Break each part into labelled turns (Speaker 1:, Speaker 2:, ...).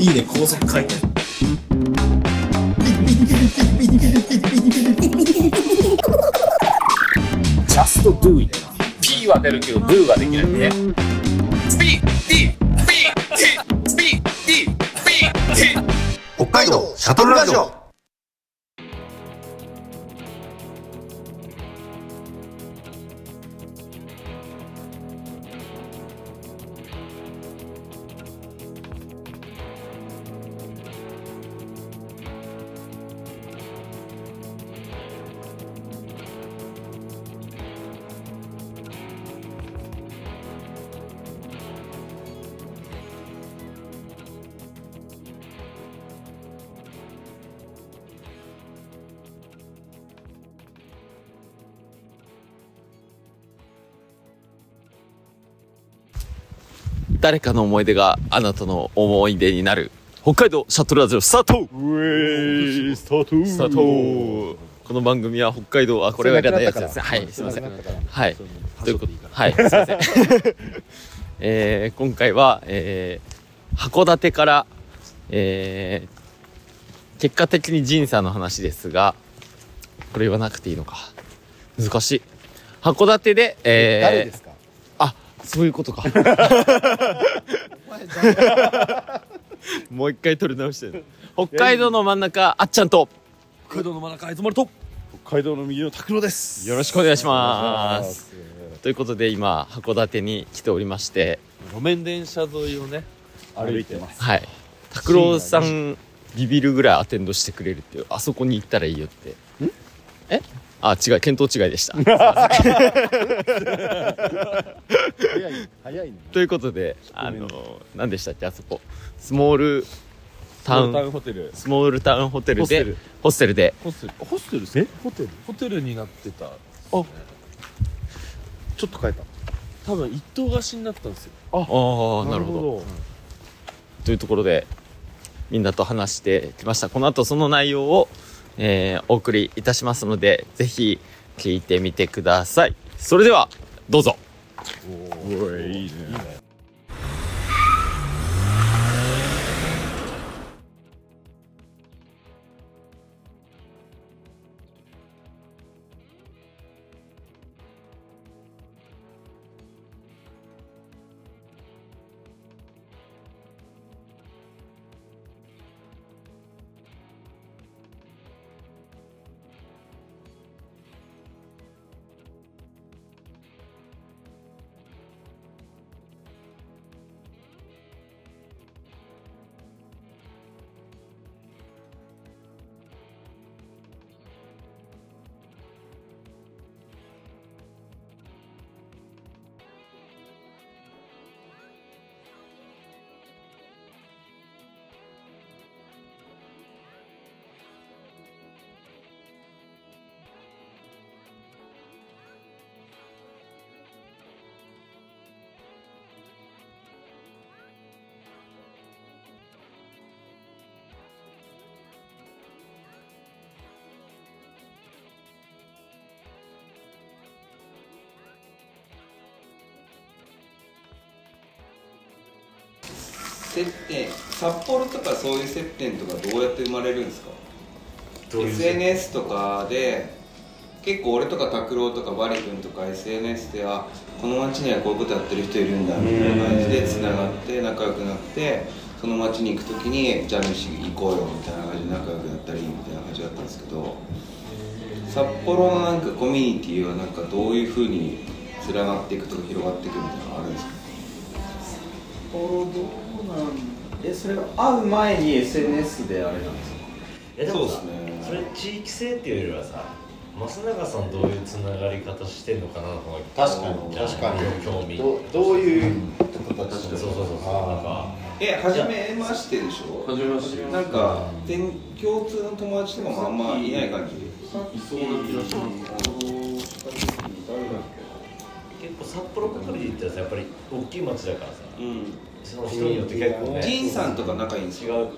Speaker 1: いいね、高速回転。
Speaker 2: just do it P は出るけど do ができないね P D P T P D P T
Speaker 3: 北海道シャトルラジオ
Speaker 4: 誰かの思い出があなたの思い出になる北海道シャトルラジオスタートスタートこの番組は北海道あこれはいらないやつですねはいすいませんはいということはいすいません えー今回は、えー函館から、えー結果的に仁さんの話ですがこれ言わなくていいのか難しい函館で、えー
Speaker 5: 誰ですか
Speaker 4: あそういうことかもう一回取り直してる北海道の真ん中あっちゃんと
Speaker 1: 北海道の真ん中、あいつまると。北海道の右の拓郎です。
Speaker 4: よろしくお願いしますということで今函館に来ておりまして
Speaker 1: 路面電車沿いをね、歩いてます。
Speaker 4: はい拓郎さんビビるぐらいアテンドしてくれるっていうあそこに行ったらいいよってえあ違う見当違いで した
Speaker 5: 早い早いね
Speaker 4: ということであの何でしたっけあそこスモールタウ
Speaker 1: タウン
Speaker 4: ン
Speaker 1: ホテル。
Speaker 4: スモールタウンホテルで
Speaker 1: ホステル
Speaker 4: ホステルで
Speaker 1: ホステル。ホステルですか
Speaker 5: ホテル
Speaker 1: ホテルになってた。
Speaker 5: ちょっと変えた
Speaker 1: 多分一棟貸しになったんですよ。
Speaker 4: ああなるほど
Speaker 1: ど。
Speaker 4: というところでみんなと話してきましたこの後その内容を、えーお送りいたしますのでぜひ聞いてみてくださいそれではどうぞ
Speaker 6: 接点札幌とかそういう接点とかどうやって生まれるんですか SNS とかで結構俺とか拓郎とかバリ君とか SNS であこの町にはこういうことやってる人いるんだみたいな感じでつながって仲良くなってその町に行く時にじゃあ飯行こうよみたいな感じで仲良くなったりみたいな感じだったんですけど札幌のなんかコミュニティはなんかどういうふうに連なっていくとか広がっていくみたいなのあるんですか
Speaker 7: ところどうなんえそれが会う前に SNS であれなんですか
Speaker 8: えでも
Speaker 6: そ
Speaker 8: さそ,、
Speaker 6: うですね
Speaker 8: れ地域性っていうよりはさ増永さんどういうつながり方してんのかなと思って
Speaker 3: 確かに確かに
Speaker 8: 興味
Speaker 3: どどういう人たち
Speaker 8: そうそうそうそうなん
Speaker 3: あ
Speaker 8: か
Speaker 6: え、初めましてでしょ初めましてなんか、全共通の友達とかもあんまいない感じ
Speaker 8: 結構札幌国りで言ったらさやっぱり大きい町だからさ
Speaker 6: うん
Speaker 8: その人によって結構ね違う
Speaker 6: 仁さんとか仲いいんです
Speaker 8: でし
Speaker 6: よ
Speaker 8: ょ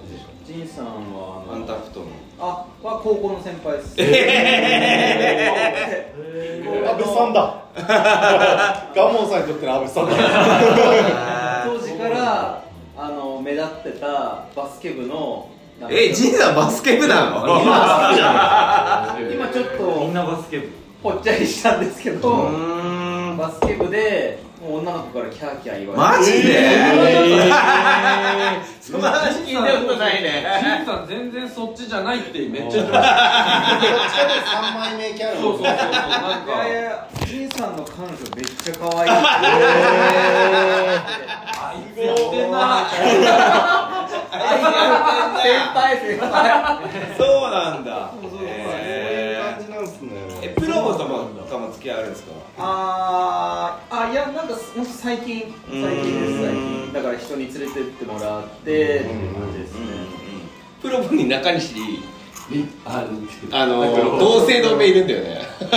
Speaker 7: 仁さんは
Speaker 6: アンタフトの
Speaker 7: あは高校の先輩ですえ
Speaker 3: ー安倍さんだ蒲生さんにとっての安倍さんだ
Speaker 7: 当時からあの目立ってたバスケ部のなんか
Speaker 6: え、ジンさんバスケ部なの
Speaker 7: 今ちょっ
Speaker 9: みん
Speaker 7: と
Speaker 9: なバスケ部
Speaker 7: ぽっちゃりしたんですけどバスケ部でもう女の子からキャーキャー言われ
Speaker 6: マ
Speaker 7: て
Speaker 6: ジで、
Speaker 9: え
Speaker 6: その話聞いたことないね。
Speaker 9: ー、さん全然そっちじゃないってめっちゃ言ってました
Speaker 1: 三枚目キャラ
Speaker 9: そうそうそうそうなん
Speaker 7: いや
Speaker 9: か
Speaker 7: いやじいさんの彼女めっちゃ可愛い
Speaker 9: あいつやってんな
Speaker 7: 先輩先輩
Speaker 6: そうなんだ。
Speaker 1: 感じなんすね
Speaker 6: え、プロボとも、とも付き合いあるんですか
Speaker 7: あーあいやなんかすもう最近最近です最近だから人に連れてってもらってっていう感じですね
Speaker 6: プロボに中西り、あの、同姓同名いるんだよね。
Speaker 1: 今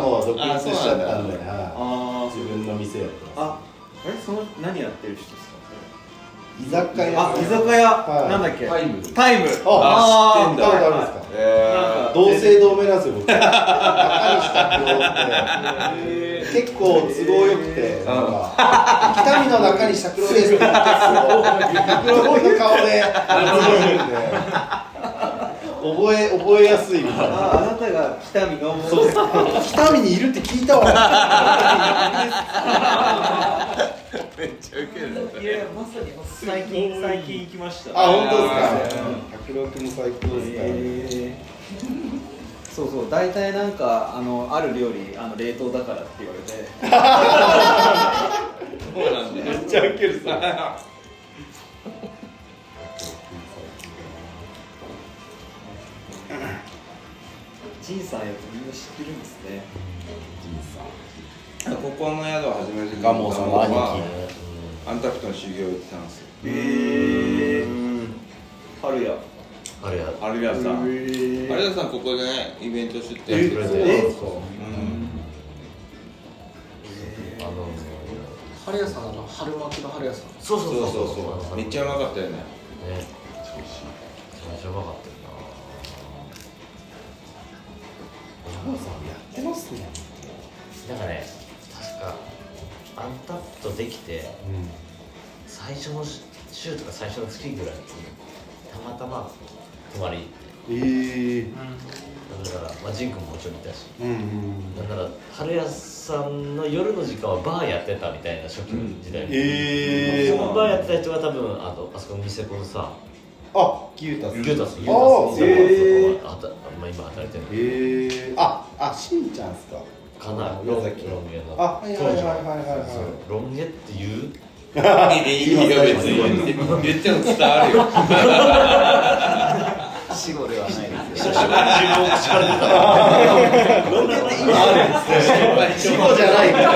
Speaker 1: もう独
Speaker 6: あ
Speaker 1: 立
Speaker 6: そう
Speaker 1: しち
Speaker 6: な
Speaker 1: ゃ
Speaker 6: んだ
Speaker 1: ったんではい
Speaker 7: あー
Speaker 1: 自分の店やってま
Speaker 7: ああれその何やってる人です
Speaker 1: す
Speaker 7: か
Speaker 1: 居酒屋
Speaker 7: あ居酒屋、
Speaker 1: はい
Speaker 7: なんだっけタイム
Speaker 1: あ
Speaker 7: あ
Speaker 1: 知ってんだあるんですか
Speaker 6: え
Speaker 1: 同姓同名なんですよ 僕中西拓郎って結構都合よくてなん か北見の中西拓郎ですって言ったんですけど拓郎君の顔で覚えるんで覚え覚えやすいみたいな
Speaker 7: ああなたが北見の
Speaker 1: 北見にいるって聞いたわ
Speaker 6: ーめっちゃウケるね。
Speaker 7: いやまさに最近最近行きました
Speaker 1: あ本当ですか拓郎君も最高ですから、
Speaker 7: えーそうそう大体なんかあのある料理あの冷凍だからって言われて
Speaker 6: そうなんだよ。
Speaker 1: めっちゃウケるさ
Speaker 7: ジンさんやっぱみんな知ってるんですね
Speaker 6: ここの宿を始めて
Speaker 1: ガモさんの兄貴
Speaker 6: アンタクトの修行を行ってたんですよ。
Speaker 7: へえ春や
Speaker 4: あれや
Speaker 6: アルビアさん。
Speaker 7: へ
Speaker 6: 有田さんここでねイベントしてて
Speaker 4: え
Speaker 7: え
Speaker 4: あの
Speaker 9: 春屋さんの春巻きの春屋さん
Speaker 4: そうそう
Speaker 6: そう
Speaker 4: そう
Speaker 6: そう
Speaker 4: そう
Speaker 6: そうめっちゃうまかったよね
Speaker 4: ねめっちゃうまかったよななんかね確かアンタップとできて、最初の週とか最初の月ぐらいにたまたま泊まり行って
Speaker 1: えー
Speaker 4: だから、まあ、ジン君ももちろんいたし
Speaker 1: うんうん
Speaker 4: なんなら春屋さんの夜の時間はバーやってたみたいな初期の時代、
Speaker 1: え
Speaker 4: そ
Speaker 1: ー、
Speaker 4: のバーやってた人が多分あのあそこの店このさ
Speaker 1: あ牛太さん
Speaker 4: 牛タス牛
Speaker 1: あー
Speaker 4: タスにあたまあ今働いてるの
Speaker 1: へえああしんちゃんっすか
Speaker 4: かな
Speaker 1: あ
Speaker 4: ロン
Speaker 1: 宮崎
Speaker 4: ロン毛の
Speaker 1: あはいはいはいはいはい
Speaker 4: そうロン毛っていう
Speaker 6: いいよ別に言っても伝わるよ
Speaker 7: 死後ではないです
Speaker 4: 自分を口から出た
Speaker 1: 死後じゃないから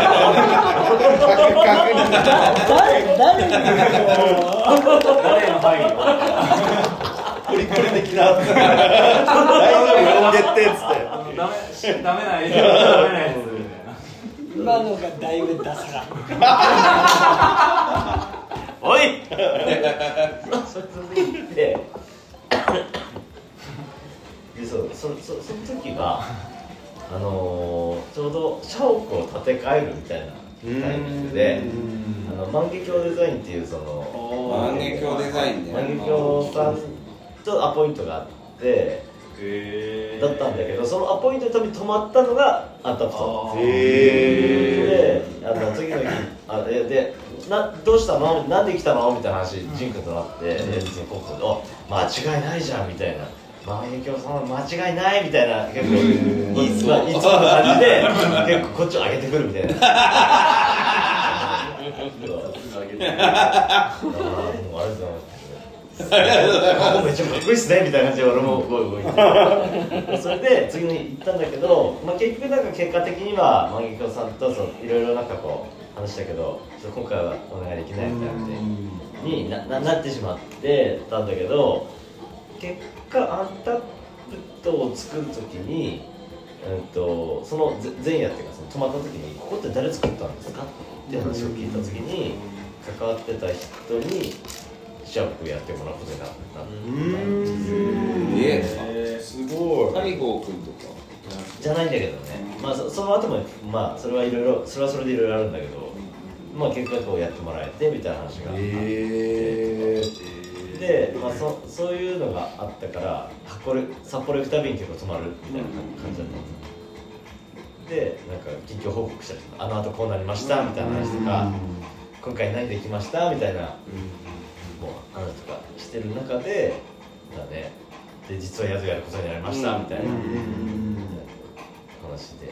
Speaker 1: 確確認
Speaker 10: 誰の範囲の
Speaker 1: コリコリ的な大丈夫ロン毛ってっつって
Speaker 9: ダメダメなやつダメなやつ
Speaker 10: 今のがだいぶダサだ
Speaker 4: おいででそうそそその時があのーちょうど社屋を建て替えるみたいなタイミングであの万華鏡デザインっていうその
Speaker 6: 万華鏡デザインね
Speaker 4: 万華鏡さんとアポイントがあってだったんだけどそのアポイントのために泊まったのがアンタプトであの次の日あででなどうしたのなんで来たのみたいな話ジン君となって、で別にコックと「あ間違いないじゃん」みたいな「万華鏡さんは間違いない」みたいな結構いつもいつもの感じで結構こっちを上げてくるみたいな。 あーもうあれだなここめっちゃかっこいいっすねみたいな感じで俺もこう動いてそれで次に行ったんだけど、まあ、結局なんか結果的には万華鏡さんとそのいろいろなんかこう話したけどちょっと今回はお願いできないみたいな感じになななってしまってたんだけど結果アンタップトを作る時に、うん、とその前前夜っていうかその泊まった時に「ここって誰作ったんですか?」っていう話を聞いた時に関わってた人にシャープやってもらうことになった
Speaker 6: え
Speaker 1: すごい
Speaker 6: 西郷君とか
Speaker 4: じゃないんだけどね、まあ、そその後もまあそれはいろいろそれはそれでいろいろあるんだけどまあ、結果こうやってもらえてみたいな話があって、で、まあ、そそういうのがあったから箱根札幌行くたびに結構泊まるみたいな感じだったんですよでなんか近況報告したりとかあのあとこうなりましたみたいな話とか、今回何できましたみたいな、もう話とかしてる中でだねで実は宿やることになりました、みたいな、話で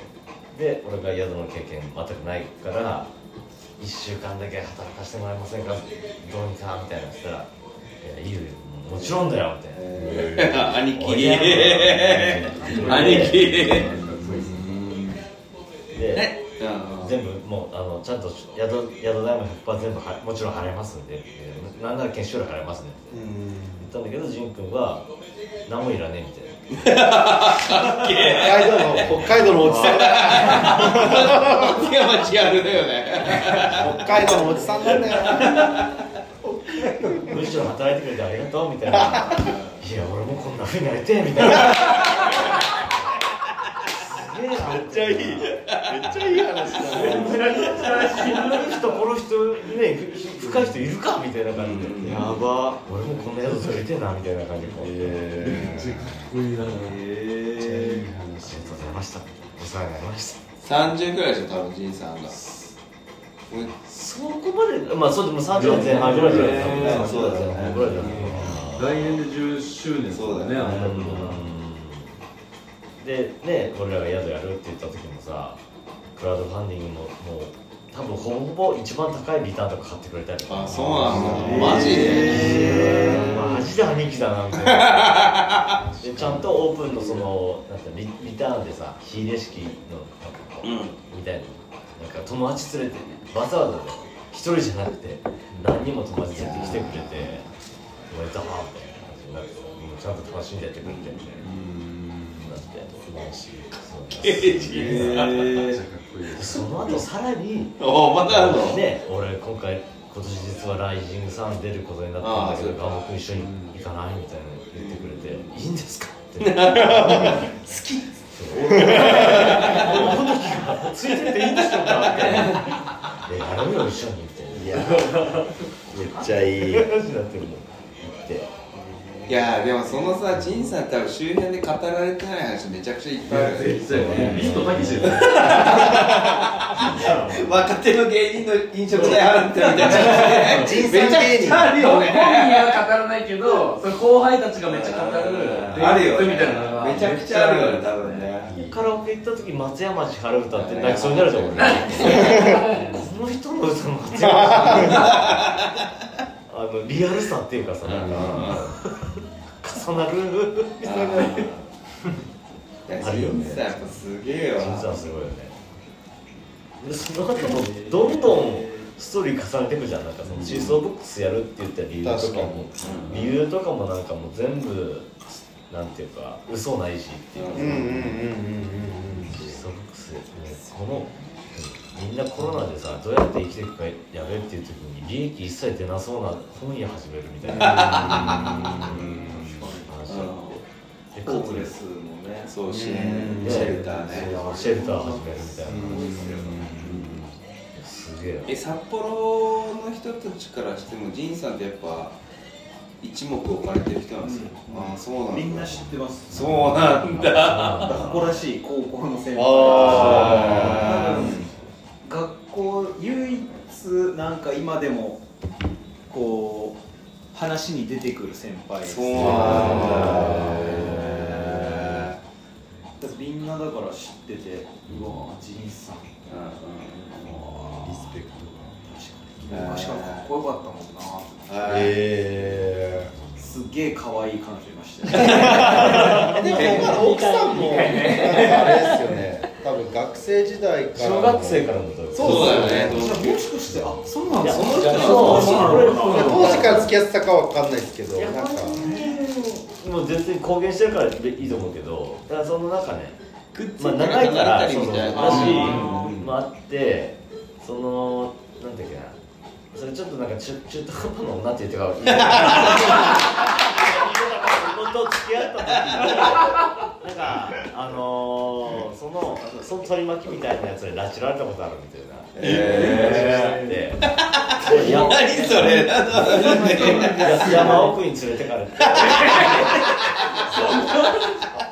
Speaker 4: で俺が宿の経験全くないから1週間だけ働かせてもらえませんかどうにかみたいなのしたら「いやいいよもちろんだよ」みたいな
Speaker 6: 兄貴
Speaker 4: 親子だから
Speaker 6: 兄貴
Speaker 4: で全部もうあのちゃんと宿宿代も100%全部はもちろん払いますんでえーなんなら研修料払いますねって言ったんだけど淳君は何もいらねえみたいな
Speaker 6: かっけえ
Speaker 1: 北海道のおじさん
Speaker 6: だけは違うだよね
Speaker 1: 北海道のおじさんなんだよな
Speaker 4: むしろ働いてくれてありがとうみたいないや俺もこんなふうになりてえみたいなすげえな
Speaker 11: めっちゃいいめっちゃいい話だね
Speaker 4: この人この人ねふ深い人いるかみたいな感じでやば俺もこんな宿取りてえなみたいな感じでこうめっちゃかっこいいなめっちゃいい話ありがとうございましたお世話になりました
Speaker 6: 30くらいでしょ多分仁さんが
Speaker 4: そこまでまあそうでも30代前半ぐらいじゃないですか、
Speaker 6: ね
Speaker 4: そうだねぐらいじゃないですか
Speaker 12: 来年で10周年そうだねあの
Speaker 4: でね俺らが宿やるって言った時もさクラウドファンディングももう多分ほぼほぼ一番高いリターンとか買ってくれたりとか
Speaker 6: あそうなんだマジで
Speaker 4: マジで兄貴だなみたいなでちゃんとオープンのそのなんてリリターンでさ火入れ式のなんかこう、みたいななんか友達連れてわざわざね一人じゃなくて何人も友達連れて来てくれて「おめでとう」みたいな感じになってさもうちゃんと楽しんでやってくれてみたいななって
Speaker 6: 刑事
Speaker 4: その後さらに
Speaker 6: おうまだあるの
Speaker 4: ね俺今回今年実はライジングさん出ることになったんだけどガモ君一緒に行かないみたいなの言ってくれて「いいんですか?」 って好き 俺の時がついてっていいんでしょうかみたいな「でやろうよ一緒に」みた いないや
Speaker 6: めっちゃいい
Speaker 4: 話になってるもん行って
Speaker 6: いやーでもそのさ仁さん多分周辺で語られてない話めちゃくちゃいっぱいある
Speaker 12: 絶対ねビートたけしです
Speaker 6: 若手の芸人の飲食代払ってみたいな
Speaker 12: 人
Speaker 6: めちゃくちゃあるよね
Speaker 9: 本人は語らないけど、それ後輩たちがめっちゃ語る。
Speaker 6: あるよね
Speaker 9: みたいなのが
Speaker 6: めちゃくちゃあるよね多分ね
Speaker 4: カラオケ行った時松山千春歌って泣きそうになるじゃん俺この人の歌の松山千春あのリアルさっていうかさなんか重なるみたいなあるよね
Speaker 6: 人さやっぱすげえよ
Speaker 4: 人さすごいよねでその後もどんどんストーリー重ねていくじゃんなんかそのシーソーボックスやるって言った理由とかも理由とかもなんかもう全部なんていうか嘘ないしっていうかさシーソーボックスねこのみんなコロナでさどうやって生きていくかやべっていう時に利益一切出なそうな本屋始めるみた いな話になってで
Speaker 6: ホームレスもねそうしね
Speaker 4: うん
Speaker 6: シェルターね
Speaker 4: そうシェルター始めるみたいなすげえ
Speaker 6: え札幌の人たちからしても仁さんってやっぱ一目置かれてる人なんですよ、ああそうなんだ
Speaker 7: みんな知ってます
Speaker 6: そうなんだ
Speaker 7: ここらしい高校の先輩
Speaker 6: あ
Speaker 7: 多分学校唯一なんか今でもこう話に出てくる先輩ですそうなんだみんなだから知っててうわジンさんリスペクトが確かに昔からかっこよかったもんな
Speaker 1: へ
Speaker 7: すげえ可愛い彼女いました
Speaker 1: え
Speaker 7: よ
Speaker 1: でも今の奥さんもあれですよね多分学生時代から
Speaker 4: 小学生からの時
Speaker 1: そうだよね
Speaker 4: そうだよ
Speaker 1: じゃあ
Speaker 4: ね
Speaker 1: もしかしてあそうなん
Speaker 4: い
Speaker 1: だ
Speaker 4: や
Speaker 1: その人
Speaker 4: いや
Speaker 1: そう
Speaker 4: そう
Speaker 1: いや当時から付き合ってたかは分かんないですけど
Speaker 4: いや
Speaker 1: なんか
Speaker 4: もう全然公言してるからいいと思うけどだからその中ね
Speaker 6: つ
Speaker 4: まあ、長いから
Speaker 6: 流
Speaker 4: そ
Speaker 6: れた
Speaker 4: の
Speaker 6: りみたいな
Speaker 4: だし
Speaker 6: あ
Speaker 4: もあってそのなんていうかなそれちょっとなんか中中途半端な女って言ってから言い方がと付き合った時になんかあのー、そのその取り巻きみたいなやつで拉致られたことあるみたいな
Speaker 2: え
Speaker 4: えー、
Speaker 2: 何それ
Speaker 4: 山山奥に連れてかれて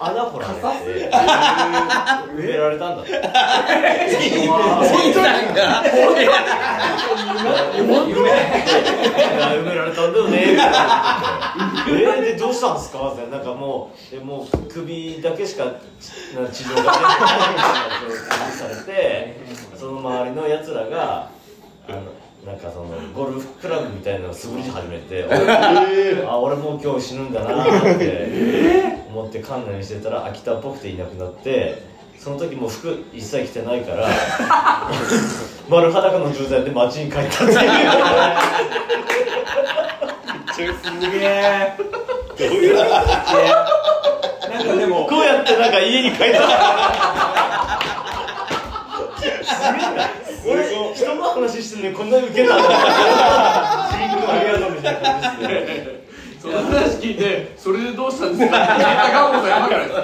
Speaker 4: 穴掘られて埋められたんだって埋められたんだよねみたいな言ってえでどうしたんですか?」ってなんかもうえもう首だけしかちな治療がないみたいな状況にされてその周りのやつらがあのなんかそのゴルフクラブみたいなのを素振りし始めて「俺あ俺もう今日死ぬんだな」って思って観念してたら秋田っぽくていなくなって。その時もう服一切着てない から丸裸の重罪で街に帰ったっていう。
Speaker 9: すげえなんかでも
Speaker 4: こうやってなんか家に帰 った。すげえな。俺人の話してるのにこんなにウケたんだ。人口ありがとうみたいな感じですね。
Speaker 9: その話聞いてそれでどうしたんですかって言ったガンモさんやばくないですか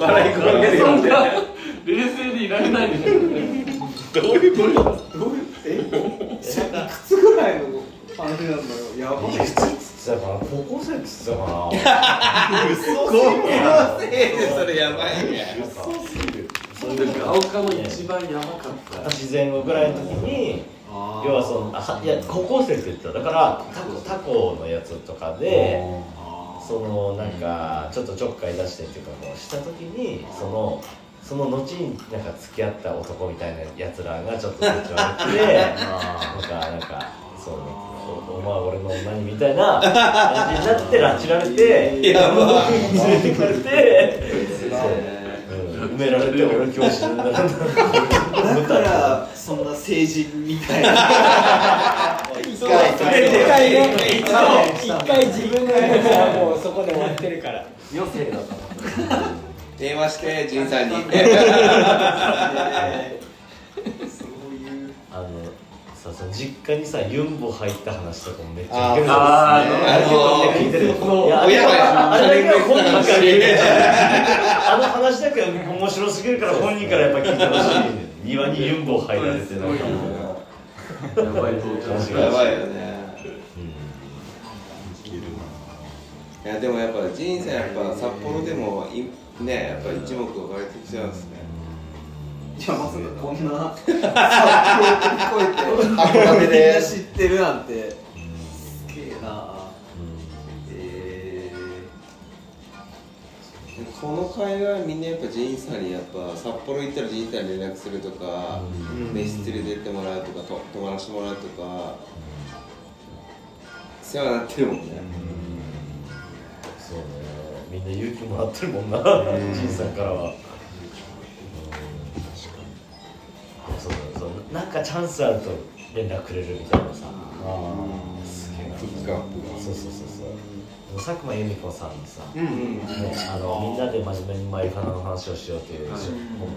Speaker 2: 笑い転げるよ
Speaker 9: そんな冷静でいられないでし
Speaker 2: ど
Speaker 9: ょ
Speaker 2: ういうこと
Speaker 10: いくつぐらいの感じなんだよやばい
Speaker 4: いくつっつったかな。高校生っつったかな。
Speaker 2: 高校生でそれやばいね
Speaker 4: そういう
Speaker 9: 青岡の一番やばかった
Speaker 4: 自然語ぐらいの時に。要はそのあいや高校生って言ってただからタコタコのやつとかでそのなんかちょっとちょっかい出してっていうかこうした時にそのその後になんか付き合った男みたいなやつらがちょっと 立ち悪くてなんかなんかそうおお前俺の何みたいな感じになって拉 致られて
Speaker 2: やば
Speaker 4: 連れてかれてそううん埋められて俺今日死ぬんだな
Speaker 7: だからそんな成人みたいな
Speaker 2: そう
Speaker 10: 一回ね一回自分のやつはもうそこで終わってるから
Speaker 9: 余生だった
Speaker 2: 電話して仁さんに
Speaker 4: あのさその実家にさユンボ入った話とかもめっちゃ
Speaker 2: あ
Speaker 4: ウケるんです
Speaker 2: あー
Speaker 4: よあれ聞いてる
Speaker 2: の
Speaker 4: いやあれ
Speaker 2: 親が
Speaker 4: あれだけは本人から言えない
Speaker 2: 金
Speaker 4: あの話だけは面白すぎるから本人からやっぱ聞いてほしい庭にユンボ入られてなんかもうやばい父ち
Speaker 2: やばいよねいやでもやっぱ仁さんやっぱ札幌でもいねやっぱ一目置かれてきちゃうんですね
Speaker 7: いやまさかこん な殺到を飛び越えて
Speaker 1: 憧れで
Speaker 7: みんな知ってるなんてすげえなえ
Speaker 2: この会話みんなやっぱ仁さんにやっぱ札幌行ったら仁さんに連絡するとか飯連れてってもらうとかと泊まらせてもらうとか世話になってるもんね
Speaker 4: そうねみんな勇気もらってるもんなじいさんからはそうだねそうなんかチャンスあると連絡くれるみたいなさすげえなそうそうそうそう佐久間由美子さんのさ、
Speaker 2: うんうん
Speaker 4: ねあのみんなで真面目にマイカナの話をしようという出本の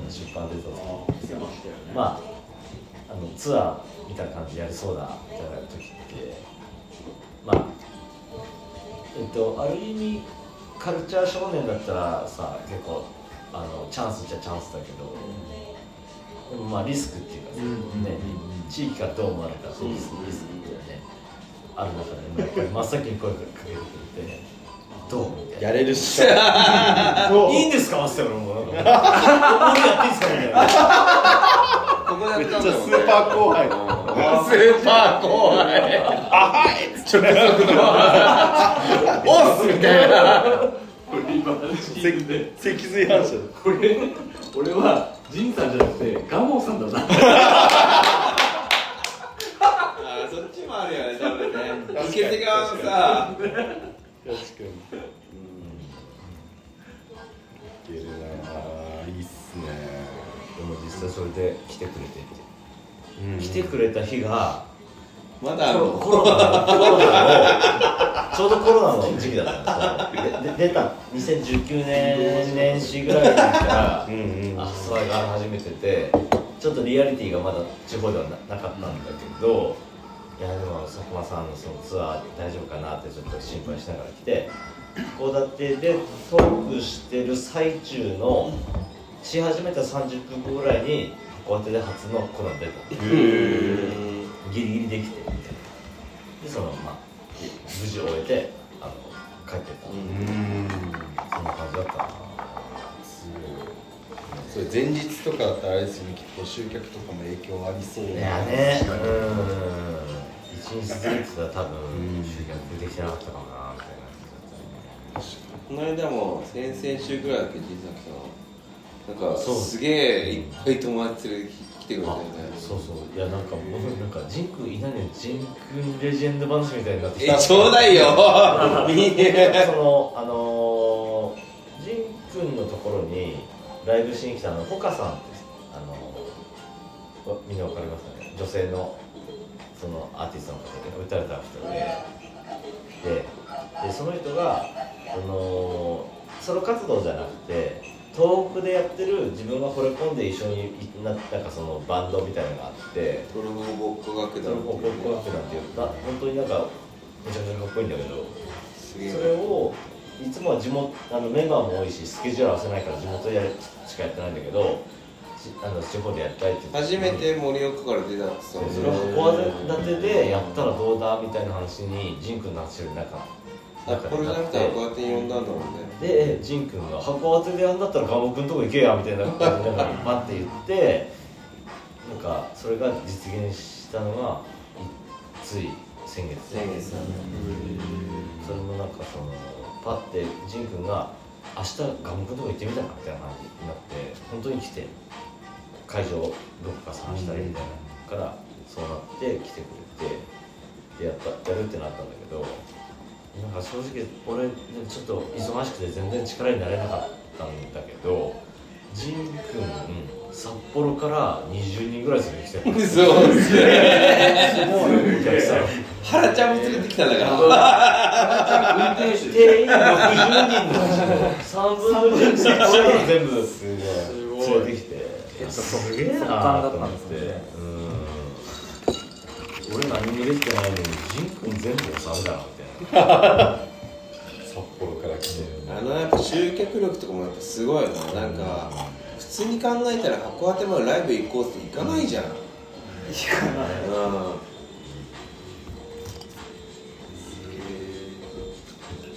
Speaker 4: 出版でとまああのツアーみたいな感じでやりそうだみたいな時ってまあえっとある意味カルチャー少年だったらさ結構あのチャンスっちゃチャンスだけど、でもまあリスクっていうかさ、ね地域がどう思われるかっていうリスクっていうのはねある中でもやっぱり真っ先に声かけてくれてどうみたいな。
Speaker 2: やれるっし
Speaker 4: いいんですか、マスターもうなんか。僕やっていいですかみたいな。
Speaker 2: ここでやったん
Speaker 11: じゃ
Speaker 2: だ
Speaker 11: あ
Speaker 2: も
Speaker 11: ス
Speaker 2: んね
Speaker 11: ー
Speaker 2: スー
Speaker 11: パー後輩
Speaker 2: パー後輩あはい直属のオスみたいな
Speaker 9: 俺今話聞いてて
Speaker 11: 脊髄反射
Speaker 9: 俺俺は仁さんじゃなくてガモさんだな
Speaker 2: あそっちもあるよね多分ね受け手側もさ
Speaker 11: 確かにいけるなぁいいっすね
Speaker 4: でも実際それで来てくれてって。来てくれた日が
Speaker 2: ま
Speaker 4: コ
Speaker 2: だある
Speaker 4: ロコロナコロナのちょうどコロナの時期だったんですよ。でで出た2019年年始ぐらいから
Speaker 11: うんうん
Speaker 4: あそれが始めててちょっとリアリティがまだ地方ではななかったんだけど、いやでも佐久間さんのそのツアー大丈夫かなってちょっと心配しながら来て函館でトークしてる最中のし始めた30分後ぐらいに函館で初のコロナ出たギリギリできてみたいなでそのまあ無事終えてあの帰ってったそんな感じだったな
Speaker 13: それ前日とかだったらあれですよね結構集客とかも影響ありそう
Speaker 4: いやねうん一日ずつは多分集客できてなかったかもなみたいな
Speaker 6: この間も先々週ぐらいだっけ人さん来たのなんか
Speaker 4: そう
Speaker 6: すげえいっぱい友達連れてきてくれたよね
Speaker 4: そうそういやなんかもうなんかジンくんいないのにジンくんレジェンド話みたいになってきた
Speaker 6: えちょうだい よ
Speaker 4: いいね そのあのー、ジンくんのところにライブしに来たあのほかさんってあのーわみんなわかりますかね女性のそのアーティストの方で歌れた人でででその人がそのソロ活動じゃなくて東北でやってる自分が惚れ込んで一緒にいななんかそのバンドみたいなのがあって
Speaker 6: トルコボッコ楽団
Speaker 4: トルコボッコ楽団っていうな本当になんかめちゃめちゃかっこいいんだけどそ
Speaker 6: げえ
Speaker 4: れをいつもは地元あのメンバーも多いしスケジュール合わせないから地元でやるしかやってないんだけどしあの地方でやりたいって言って
Speaker 6: 初めて盛岡から出たってさ
Speaker 4: それを函館立てでやったらどうだみたいな話にジン君の話になか
Speaker 6: あこれじゃなくて函館に呼んだんだ もんね
Speaker 4: でジン君が函館でやんだったらガモ君のとこ行けやみたいな感じでなんかバッて言ってなんかそれが実現したのがいつい先月
Speaker 6: 先月だね
Speaker 4: それもなんかそのパッてジン君が「明日ガモ君のとこ行ってみたら」みたいな感じになって本当に来て会場どこか探したりみたいなからそうなって来てくれてでやったやるってなったんだけどなんか正直俺ちょっと忙しくて全然力になれなかったんだけどジン君札幌から20人ぐらい連れてきて る
Speaker 6: 嘘
Speaker 4: もう
Speaker 6: すげえ
Speaker 4: お客さん
Speaker 6: 原ちゃんも連れてきたんだか
Speaker 4: 原ちゃん
Speaker 6: ら
Speaker 4: 運転手定員60人のうちの3分の1の人が全部連れてきてすげえなと思ってうん俺何もできてないのにジン君全部おんだなみたいな札幌から来て
Speaker 6: あのやっぱ集客力とかもやっぱすごいよななんか普通に考えたら函館までライブ行こうって行かないじゃん行かないうん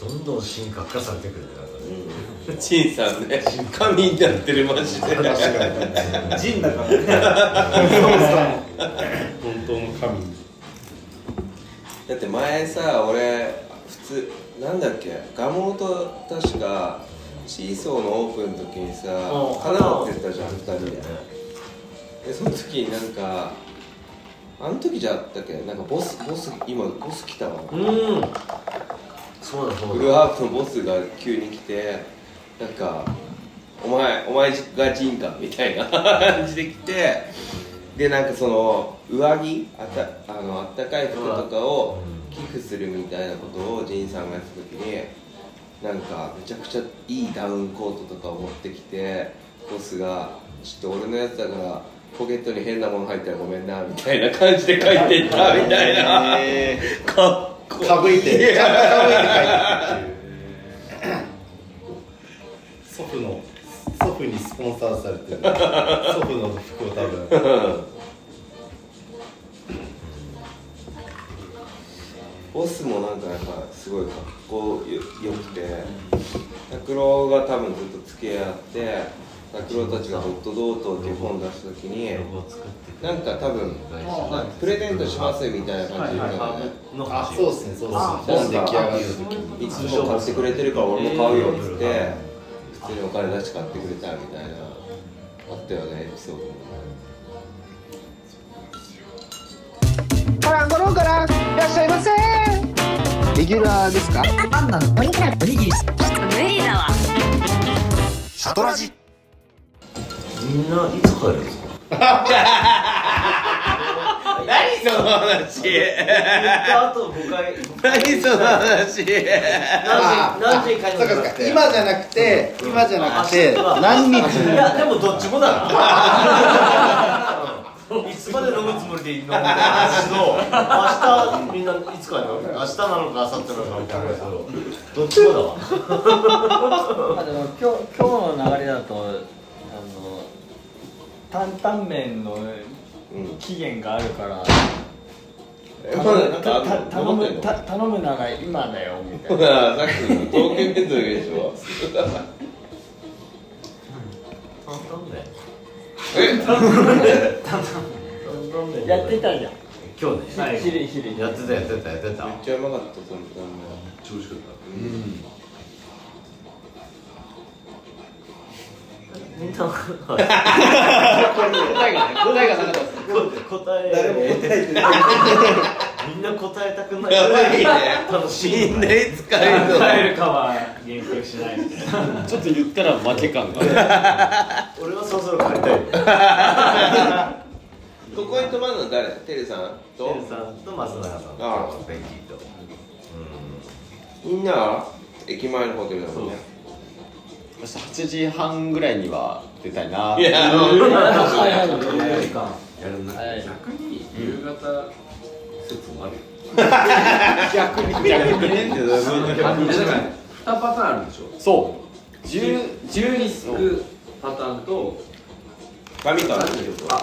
Speaker 4: どんどん進化化されてくるねなんかね
Speaker 6: 陳さんね神になってるマジで
Speaker 7: ジンだから
Speaker 6: 本当の神だって前さ俺普通なんだっけガモと確かシーソーのオープンの時にさ
Speaker 4: うん
Speaker 6: 花持ってったじゃん2人ででその時になんかあの時じゃあったっけなんかボスボス今ボス来たわ
Speaker 4: うんそうだそうだ
Speaker 6: フルハーフのボスが急に来てなんか「お前お前がジンか」みたいな 感じで来てでなんかその上着あったあのあったかい服とかを寄付するみたいなことをジンさんがやった時になんかめちゃくちゃいいダウンコートとかを持ってきてボスが「ちょっと俺のやつだからポケットに変なもの入ったらごめんな」みたいな感じで書いていったみたいな。かっこいい
Speaker 1: かぶいてちゃんとかぶいて書いて祖父の祖父にスポンサーされて る祖父の服を多分
Speaker 6: ボスもなんかやっぱすごい格好よよくて拓郎が多分ずっと付き合って拓郎たちが「ホットドート」っていう本出した時になんか多分まあプレゼントしますみたいな感じで言ったのね
Speaker 1: あそうですねそうですね本出来上がる時に
Speaker 6: いつも買ってくれてるから俺も買うよっつって普通にお金出して買ってくれたみたいなあったよねエピソードも
Speaker 14: ごらんごろんからいらっしゃいませレギュラーですかパンダのおにぎりおにぎり無理だわ
Speaker 4: シャトラジみんないつ帰るんですか
Speaker 6: 何その話
Speaker 4: あと5回
Speaker 6: 何その
Speaker 4: 何
Speaker 6: 話
Speaker 4: 時何時に帰るんですか
Speaker 1: 今じゃなくて今じゃなくて
Speaker 4: あ
Speaker 1: 何日
Speaker 4: いやでもどっちもだな
Speaker 1: いつまで飲むつもりでいいのみたいな話と明日みんないつかに明日なのか明後日なのかみたいな話とどっちもだわ
Speaker 7: あでも今日今日の流れだとあの担々麺の期限があるから、
Speaker 6: えまだなんかあ
Speaker 7: た
Speaker 6: る
Speaker 7: た
Speaker 6: の
Speaker 7: 頼
Speaker 6: 残ってん
Speaker 7: む
Speaker 6: の
Speaker 7: た頼むなら今だよみた
Speaker 6: ほ
Speaker 7: いな
Speaker 6: ら、さっきの東京弁当だけでしょ。え
Speaker 7: やってたじゃん
Speaker 1: 今日ね
Speaker 7: はいひれひれ
Speaker 1: やってたやってたやってた
Speaker 6: めっちゃうまかった、その時は。
Speaker 12: 調子かった
Speaker 1: うんみんな
Speaker 15: 答えがね答えがなかったです
Speaker 1: 答え
Speaker 15: 誰も答えてない
Speaker 1: みんな答えたくない
Speaker 15: やばいね
Speaker 1: 楽しい
Speaker 15: みんないつ帰るの
Speaker 1: 帰るかは言及しないみたいな
Speaker 4: ちょっと言ったら負け感が
Speaker 1: 俺はそろそろ帰りたい
Speaker 6: ここに泊まるの誰テレさんと
Speaker 1: テレさんと増永さんと
Speaker 6: ああ
Speaker 1: ベッキーと
Speaker 6: みんなは駅前のホテルだもんね
Speaker 4: 明日8時半ぐらいには出たいないい
Speaker 6: やあの
Speaker 12: 早いかやるな逆に夕方説もあるよ
Speaker 4: 逆に逆にね
Speaker 12: えだから二パターンあるでしょ
Speaker 4: そう
Speaker 12: 十十につくパターンと
Speaker 6: 神川の
Speaker 12: あ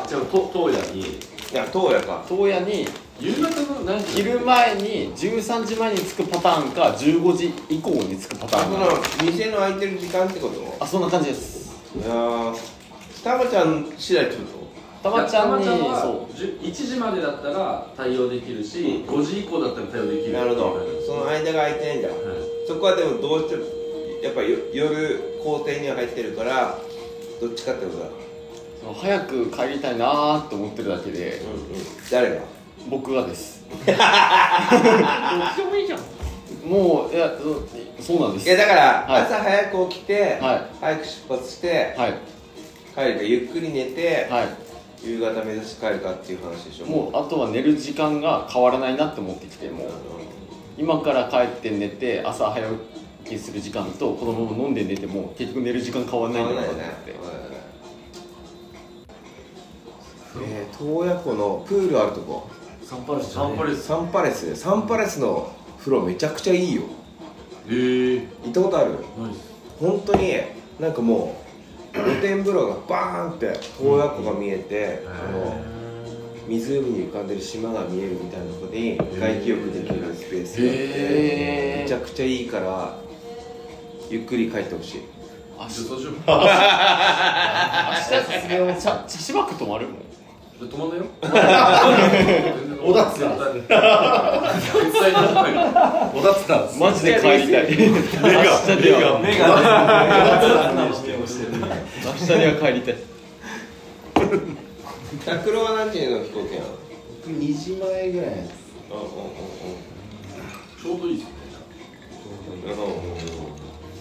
Speaker 12: じゃあと当夜にい
Speaker 6: や当夜か
Speaker 4: 当夜に
Speaker 12: 夕方の何時
Speaker 4: 昼前に13時前に着くパターンか15時以降に着くパタ
Speaker 6: あ
Speaker 4: ーン
Speaker 6: そ
Speaker 4: か
Speaker 6: の店の空いてる時間ってこと
Speaker 4: あそんな感じです
Speaker 6: いやーたまちゃん次第ってこと
Speaker 4: たまちゃんに
Speaker 12: たまちゃ
Speaker 4: そ
Speaker 12: んはじゅ1時までだったら対応できるし、5時以降だったら対応できる
Speaker 6: なるほどその間が空いてないんだそこはでもどうしてもやっぱよ夜校庭には入ってるからどっちかってことだ
Speaker 4: その早く帰りたいなーって思ってるだけで、
Speaker 6: 誰が
Speaker 4: 僕がです
Speaker 7: どっちでもいいじゃん
Speaker 4: もういやそそうなんです
Speaker 6: いやだから、
Speaker 4: はい
Speaker 6: 朝早く起きて、
Speaker 4: は
Speaker 6: 早く出発して、
Speaker 4: はい
Speaker 6: 帰るかゆっくり寝て、
Speaker 4: は
Speaker 6: 夕方目指して帰るかっていう話でしょ
Speaker 4: もうあとは寝る時間が変わらないなって思ってきてもう今から帰って寝て朝早起きする時間とこのまま飲んで寝ても結局寝る時間変わらないんだなと思って
Speaker 6: えー、洞爺湖のプールあるとこ
Speaker 1: サンパレス
Speaker 6: サンパレスサンパレスサンパレスの風呂めちゃくちゃいいよ
Speaker 12: へえ
Speaker 6: 行ったことある
Speaker 12: ない
Speaker 6: 本当になんかもう露天風呂がバーンって洞爺湖が見えて、あの湖に浮かんでる島が見えるみたいなとこに外気浴できるスペースがあって、
Speaker 4: へー
Speaker 6: めちゃくちゃいいからゆっくり帰ってほしい
Speaker 4: 明
Speaker 12: 日どうしよう
Speaker 4: 明日さすがに茶茶しばく泊まるもん
Speaker 12: 止まんないよ
Speaker 4: 小田津さん
Speaker 12: 絶対に止まんない
Speaker 4: 小田津さんマジで帰りたい明日では
Speaker 12: 目
Speaker 4: 目
Speaker 12: が
Speaker 4: が
Speaker 6: 明
Speaker 4: 日には帰りたい
Speaker 6: 拓郎は何時の飛行機なの
Speaker 5: 僕2時前ぐらいなんです
Speaker 6: うんうんうんうん
Speaker 12: ちょうどいいですね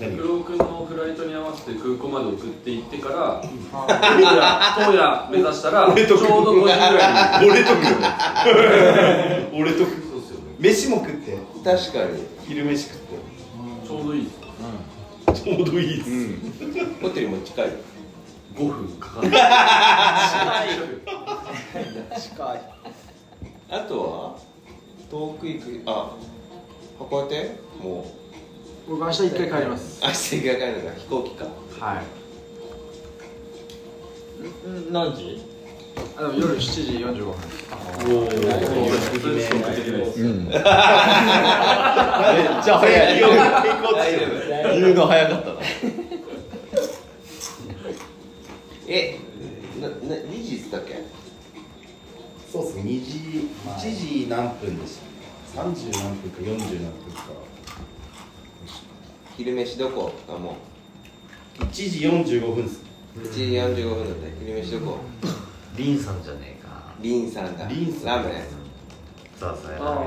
Speaker 12: 拓郎君のフライトに合わせて空港まで送って行ってから当夜 目指したらちょうど5時ぐらいに
Speaker 5: 俺とくよね
Speaker 12: 俺とくそうですよね
Speaker 5: 飯も食って
Speaker 6: 確かに
Speaker 5: 昼飯食って
Speaker 12: ちょうどいい
Speaker 5: ちょうどいいです、
Speaker 6: ホテルも近い
Speaker 12: 5分かかる
Speaker 5: 近い
Speaker 6: あとは遠く行くあ函館もう
Speaker 16: 僕明日一回帰ります
Speaker 6: 明日一回帰るんだ飛行機か
Speaker 16: はい
Speaker 7: 何時
Speaker 16: あでも夜7時45分
Speaker 7: おー
Speaker 4: うん
Speaker 16: めっちゃ早い
Speaker 6: 大丈夫
Speaker 4: 言うの早かったな
Speaker 6: えなな2時っつったっけ
Speaker 17: そうっすね2時1時何分でしたね30何分か40何分か
Speaker 6: 昼飯どこあも
Speaker 17: 1時45分っす
Speaker 6: う1時45分だった昼飯どこ
Speaker 1: リンさんじゃねえか
Speaker 6: リンさんだ
Speaker 1: リンさん
Speaker 6: ラーメン
Speaker 1: ザーサイラー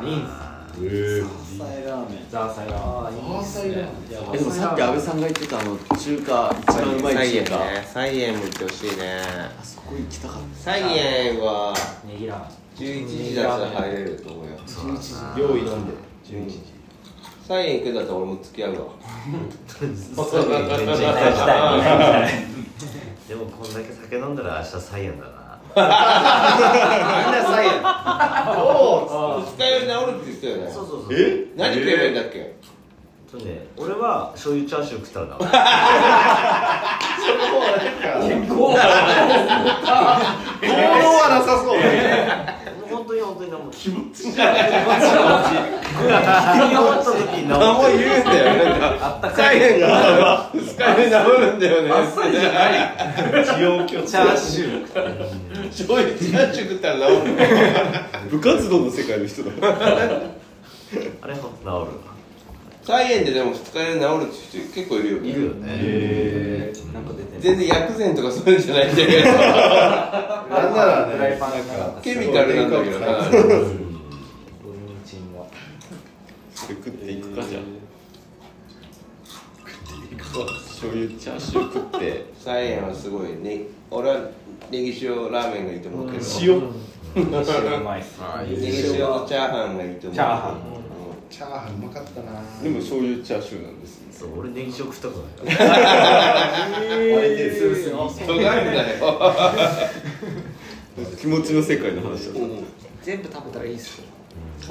Speaker 1: メンリンさん
Speaker 17: え
Speaker 1: ザーサイラーメンザーサイラーメン
Speaker 16: ザーサイラーメ
Speaker 4: えでもさっき安倍さんが言ってたあの中華一番うまい中華
Speaker 6: サイエンも行ってほしいねあそ
Speaker 4: こ行きたかっ
Speaker 6: サイエンは
Speaker 16: ネギラ
Speaker 6: 11時だったら入れると思うよ
Speaker 17: 11時料理飲んで11時
Speaker 6: サイエン行くんだったら俺も付き合うわ
Speaker 1: でもこんだけ酒飲んだら明日サイエンだな
Speaker 6: あんなさやおお二日酔い治るって言ってたよね
Speaker 1: そうそうそう
Speaker 6: え何食えばいいんだっけ
Speaker 1: とね俺は醤油チャーシュー食ったらダメ
Speaker 6: 健康はなさそう
Speaker 1: もう本当に本当に何も気持ちいい気持ちいい時に
Speaker 6: 何も言うんだよねなんかサイレンが二日酔い治るんだよね
Speaker 1: あっさりじゃ
Speaker 6: ない
Speaker 1: 滋養強
Speaker 6: チャーシュー醤油チャーシュー食ったら治るの部活動の世界の人だ
Speaker 1: あれ本当治る
Speaker 6: サイエンででも二日酔い治るって人結構いるよねいるよねへえ
Speaker 1: なんか出て
Speaker 6: 全然薬膳とかそういうんじゃないんだけど
Speaker 7: なんならね
Speaker 6: ケミカルなんだけどな
Speaker 7: すごい健康
Speaker 6: それ食っていくかじゃん食っていくか醤油チャーシュー食ってサイエンはすごいね俺はネギ塩ラーメンがいいと思うけど
Speaker 18: 塩
Speaker 6: ネギ
Speaker 18: 塩うまいっす
Speaker 6: ネギ塩のチャーハンがいいと思う
Speaker 18: チャーハチャーハンうまかったな
Speaker 6: でも醤油チャーシューな んです
Speaker 1: そう俺ネギ塩食ったこと
Speaker 6: ないあれでするする尖るんだよ気持ちの世界の話だ
Speaker 19: 全部食べたらいいっすよ
Speaker 6: あ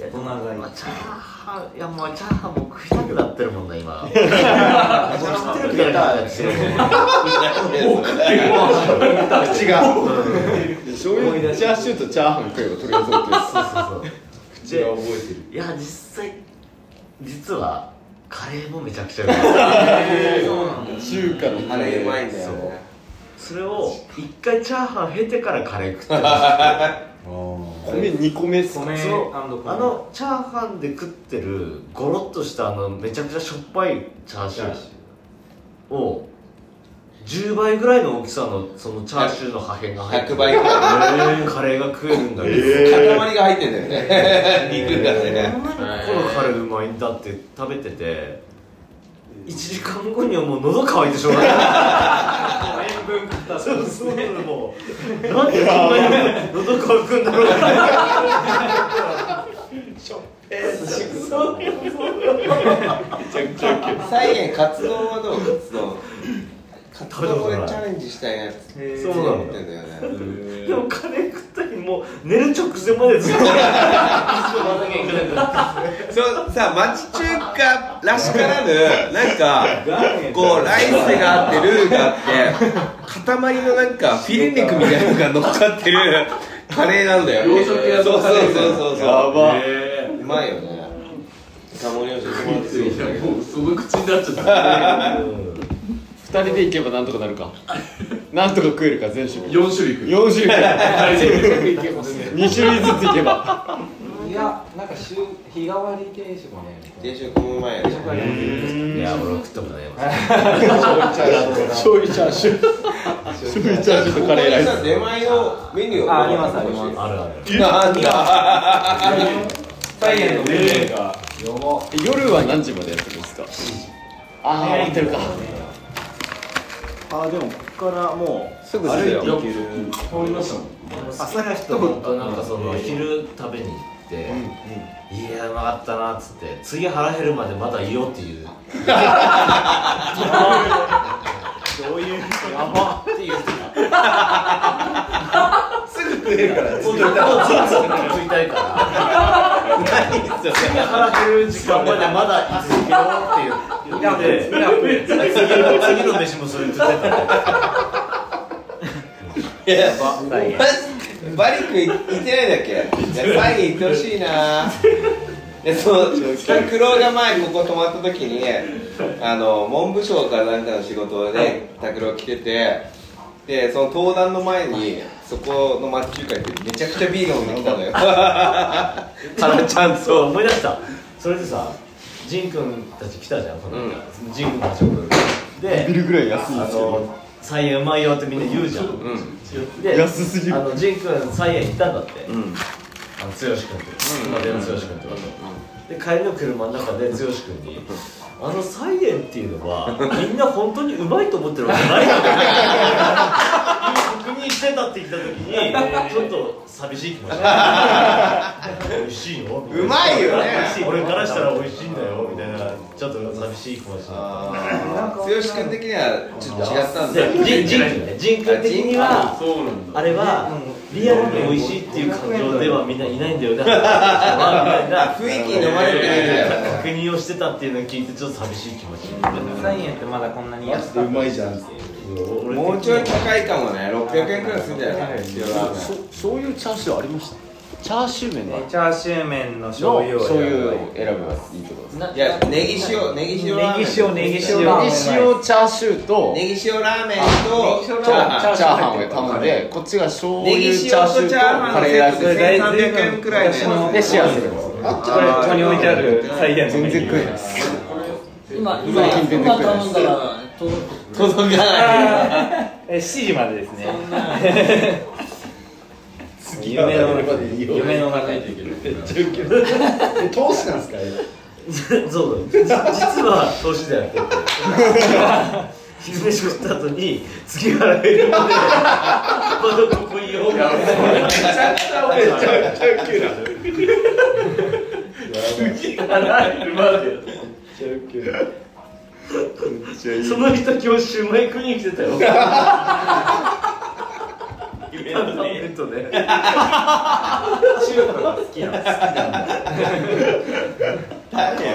Speaker 1: いやでもまあチャーハンいやもうチャーハンも食いたくなってるもんな今食ってるから食ってる
Speaker 6: 口が醤油チャーシューとチャーハン食えばとりあえず OK です
Speaker 1: そうそうそう口が
Speaker 6: 覚えてる
Speaker 1: いや実際実はカレーもめちゃくちゃう
Speaker 6: へー
Speaker 1: まい
Speaker 6: 中華のカレーうまいんだよね
Speaker 1: そうそれを一回チャーハン経てからカレー食ってました
Speaker 6: 米2個目っ
Speaker 1: そ
Speaker 6: す
Speaker 1: う
Speaker 6: か
Speaker 1: あのチャーハンで食ってるゴロッとしたあのめちゃくちゃしょっぱいチャーシューを10倍ぐらいの大きさのそのチャーシューの破片が入ってる
Speaker 6: 100倍ぐらい
Speaker 1: えーカレーが食えるんだけど、
Speaker 6: 塊が入ってんだよね肉がね
Speaker 1: このカレーうまいんだって食べてて1時間後にはもう喉乾いてしょうがない
Speaker 20: 塩分食った
Speaker 1: そうそうもうなんでこんなに喉乾くんだろうって
Speaker 6: サイエン活動はどう活動活動でチャレンジしたいなって
Speaker 1: そうなの
Speaker 6: ってんだよね
Speaker 1: でもカレー食った日もう寝る直前までずっと
Speaker 6: そうさ町中華らしからぬなんかこうライスがあってルーがあって塊のなんかフィレ肉みたいなのが乗っかってるカレーなんだよ
Speaker 21: 洋食屋
Speaker 6: そ
Speaker 21: の
Speaker 6: う
Speaker 21: カ
Speaker 6: そう
Speaker 21: レーみたいな
Speaker 6: そうそうそう
Speaker 21: やば
Speaker 6: うまいよねタモリをしてもらってる
Speaker 21: その口になっちゃった
Speaker 4: 二人で行けばなんとかなるかなんとか食えるか全種類
Speaker 21: 4種類食う
Speaker 4: 4種類食える
Speaker 7: いけますね
Speaker 4: 2種類ずつ行けば
Speaker 7: いやなんか週日替わり定食ね
Speaker 6: 定食もうまいよ
Speaker 1: い
Speaker 6: ね
Speaker 1: や俺は食ったことないわ
Speaker 4: 醤油チャーシュー醤油チャーシューとカレーライス
Speaker 6: ここにさ出前のメニュー
Speaker 4: あありますあり
Speaker 6: ます
Speaker 1: あるある
Speaker 6: なんだサイエンのメニューが
Speaker 4: 夜は何時までやってるんですかああ終わってるか
Speaker 22: あーでもここからもう
Speaker 4: すぐ
Speaker 22: 歩いて
Speaker 4: よ
Speaker 22: いける
Speaker 1: 通りましたもん朝が人本当なんかその昼食べに行って「いやうまかったな」っつって「次腹減るまでまだいよ」っていう
Speaker 22: どういうやばっていう
Speaker 6: すぐ食えるから
Speaker 1: もうずっと食い たいから次腹減る時間までまだいけよっていう言って次の飯もそれ食ってた
Speaker 6: いやばバリ君行ってないんだっけいやサイに行ってほしいなでその北九郎が前ここ泊まった時にあの文部省かなんかの仕事で北九郎来ててでその登壇の前にそこの町中華行ってめちゃくちゃビール飲んできたのよ
Speaker 1: あのちゃんと思い出したそれでさ仁君たち来たじゃんこの間仁君たちもで
Speaker 4: ビルぐらい安い
Speaker 1: あ
Speaker 4: んですけど
Speaker 1: の菜園うまいよってみんな言うじゃん、で
Speaker 4: 安すぎる
Speaker 1: あの仁君菜園行ったんだって、あ
Speaker 4: ん
Speaker 1: の剛君と
Speaker 4: うん
Speaker 1: 今での剛君とかとで帰りの車の中で剛君に「あの菜園っていうのはみんな本当にうまいと思ってるわけじゃないんだ」って確認してたって言った時にちょっと寂しい気持ちになった美味しいのよ
Speaker 6: うまいよね
Speaker 1: 俺からしたら美味しいんだよみたいなちょっと寂しい気持ちになった
Speaker 6: 剛君的にはちょっと違ったんだ
Speaker 1: いやジンジン君ねジン君的には
Speaker 6: あジンそうなんだ
Speaker 1: あれはリアルに美味しいっていう感情ではみんないないんだよねみたいな
Speaker 6: 雰囲気に飲まれてないんだよ
Speaker 1: 確認をしてたっていうのを聞いてちょっと寂しい気持ち
Speaker 7: 3円ってまだこんなに安く
Speaker 6: うまいじゃんもうちょい高いかもね600円くらいするんじゃない塩ラーメン
Speaker 7: 醤油チャーシューありましたチャーシュー麺ねチャーシュー麺の
Speaker 6: 醤
Speaker 7: 醤
Speaker 6: 油
Speaker 7: 油
Speaker 6: を
Speaker 7: を
Speaker 6: 選べばいいいいってことですいやネギ塩ネギ塩ラーメン
Speaker 7: ネギ塩ネギ塩
Speaker 6: ラーメン
Speaker 7: ネギ
Speaker 4: 塩チャーシューと
Speaker 6: ネギ塩ラーメンと
Speaker 4: とチャーハンを頼んでこっちが醤油チャーシューとカレーライス
Speaker 6: ネギ塩とチャーハンのセット1300円くらいのやつ
Speaker 4: でシェアする
Speaker 6: あこれここに置いてある
Speaker 4: 再現全然食えないです
Speaker 7: 今
Speaker 4: 今今頼んだら
Speaker 7: 届かないえ7時までですね夢の中で夢の中で
Speaker 23: え投資なんですか
Speaker 1: そうだ実は投資じゃなくて昼飯食った後に次から減るまでまだここいようめちゃくちゃ
Speaker 24: めちゃくちゃ
Speaker 1: ウケる次から減るまでめちゃウケるその人今日シュウマイ食いに来てたよ夢のタブレットで
Speaker 24: 中華が好きなの好きなんだ
Speaker 6: 誰よ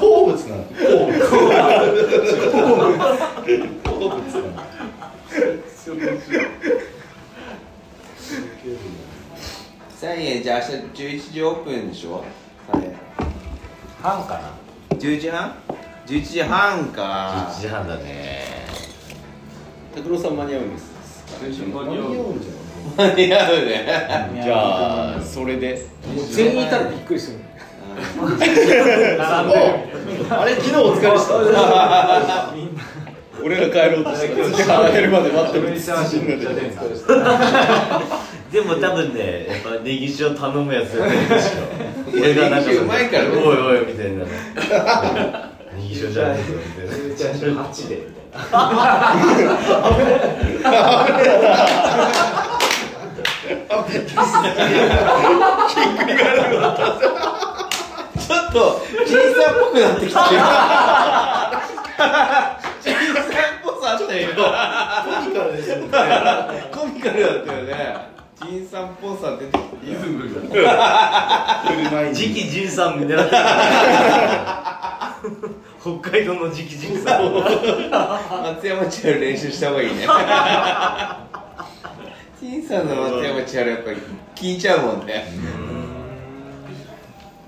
Speaker 25: 好物なの好物
Speaker 6: 1000円じゃあ明日11時オープンでしょ
Speaker 7: 半かな
Speaker 6: 11時半 ?11 時半か
Speaker 1: 11時半だね
Speaker 6: 拓郎さん間に合うんですか間に合うんじゃない
Speaker 4: い
Speaker 6: 間に
Speaker 4: や
Speaker 6: 合うね
Speaker 4: じゃあそれで
Speaker 6: 全員いたらびっ
Speaker 4: くり する
Speaker 6: 並んで
Speaker 4: あれ昨日お疲れした俺が帰ろうとして た帰るまで待ってる
Speaker 1: でも多分ね、やっぱネギ塩頼むやつだよね、ネギ塩。俺がなんか、
Speaker 6: ネギ塩うまいからね
Speaker 1: おいおいみたい な。ネギ塩じゃないぞみたいな。八でみたい
Speaker 6: ちょっとじいさんっぽくなってきたじいさんっぽさあったよコミカルですよねコミカルだったよねじいさんっぽさ出てきたリズム
Speaker 1: な。 次期じいさんみたいな。 北海道の次期じいさん。
Speaker 6: 松山千春練習した方がいいねじいさんの松山千春やっぱり聞いちゃうもんね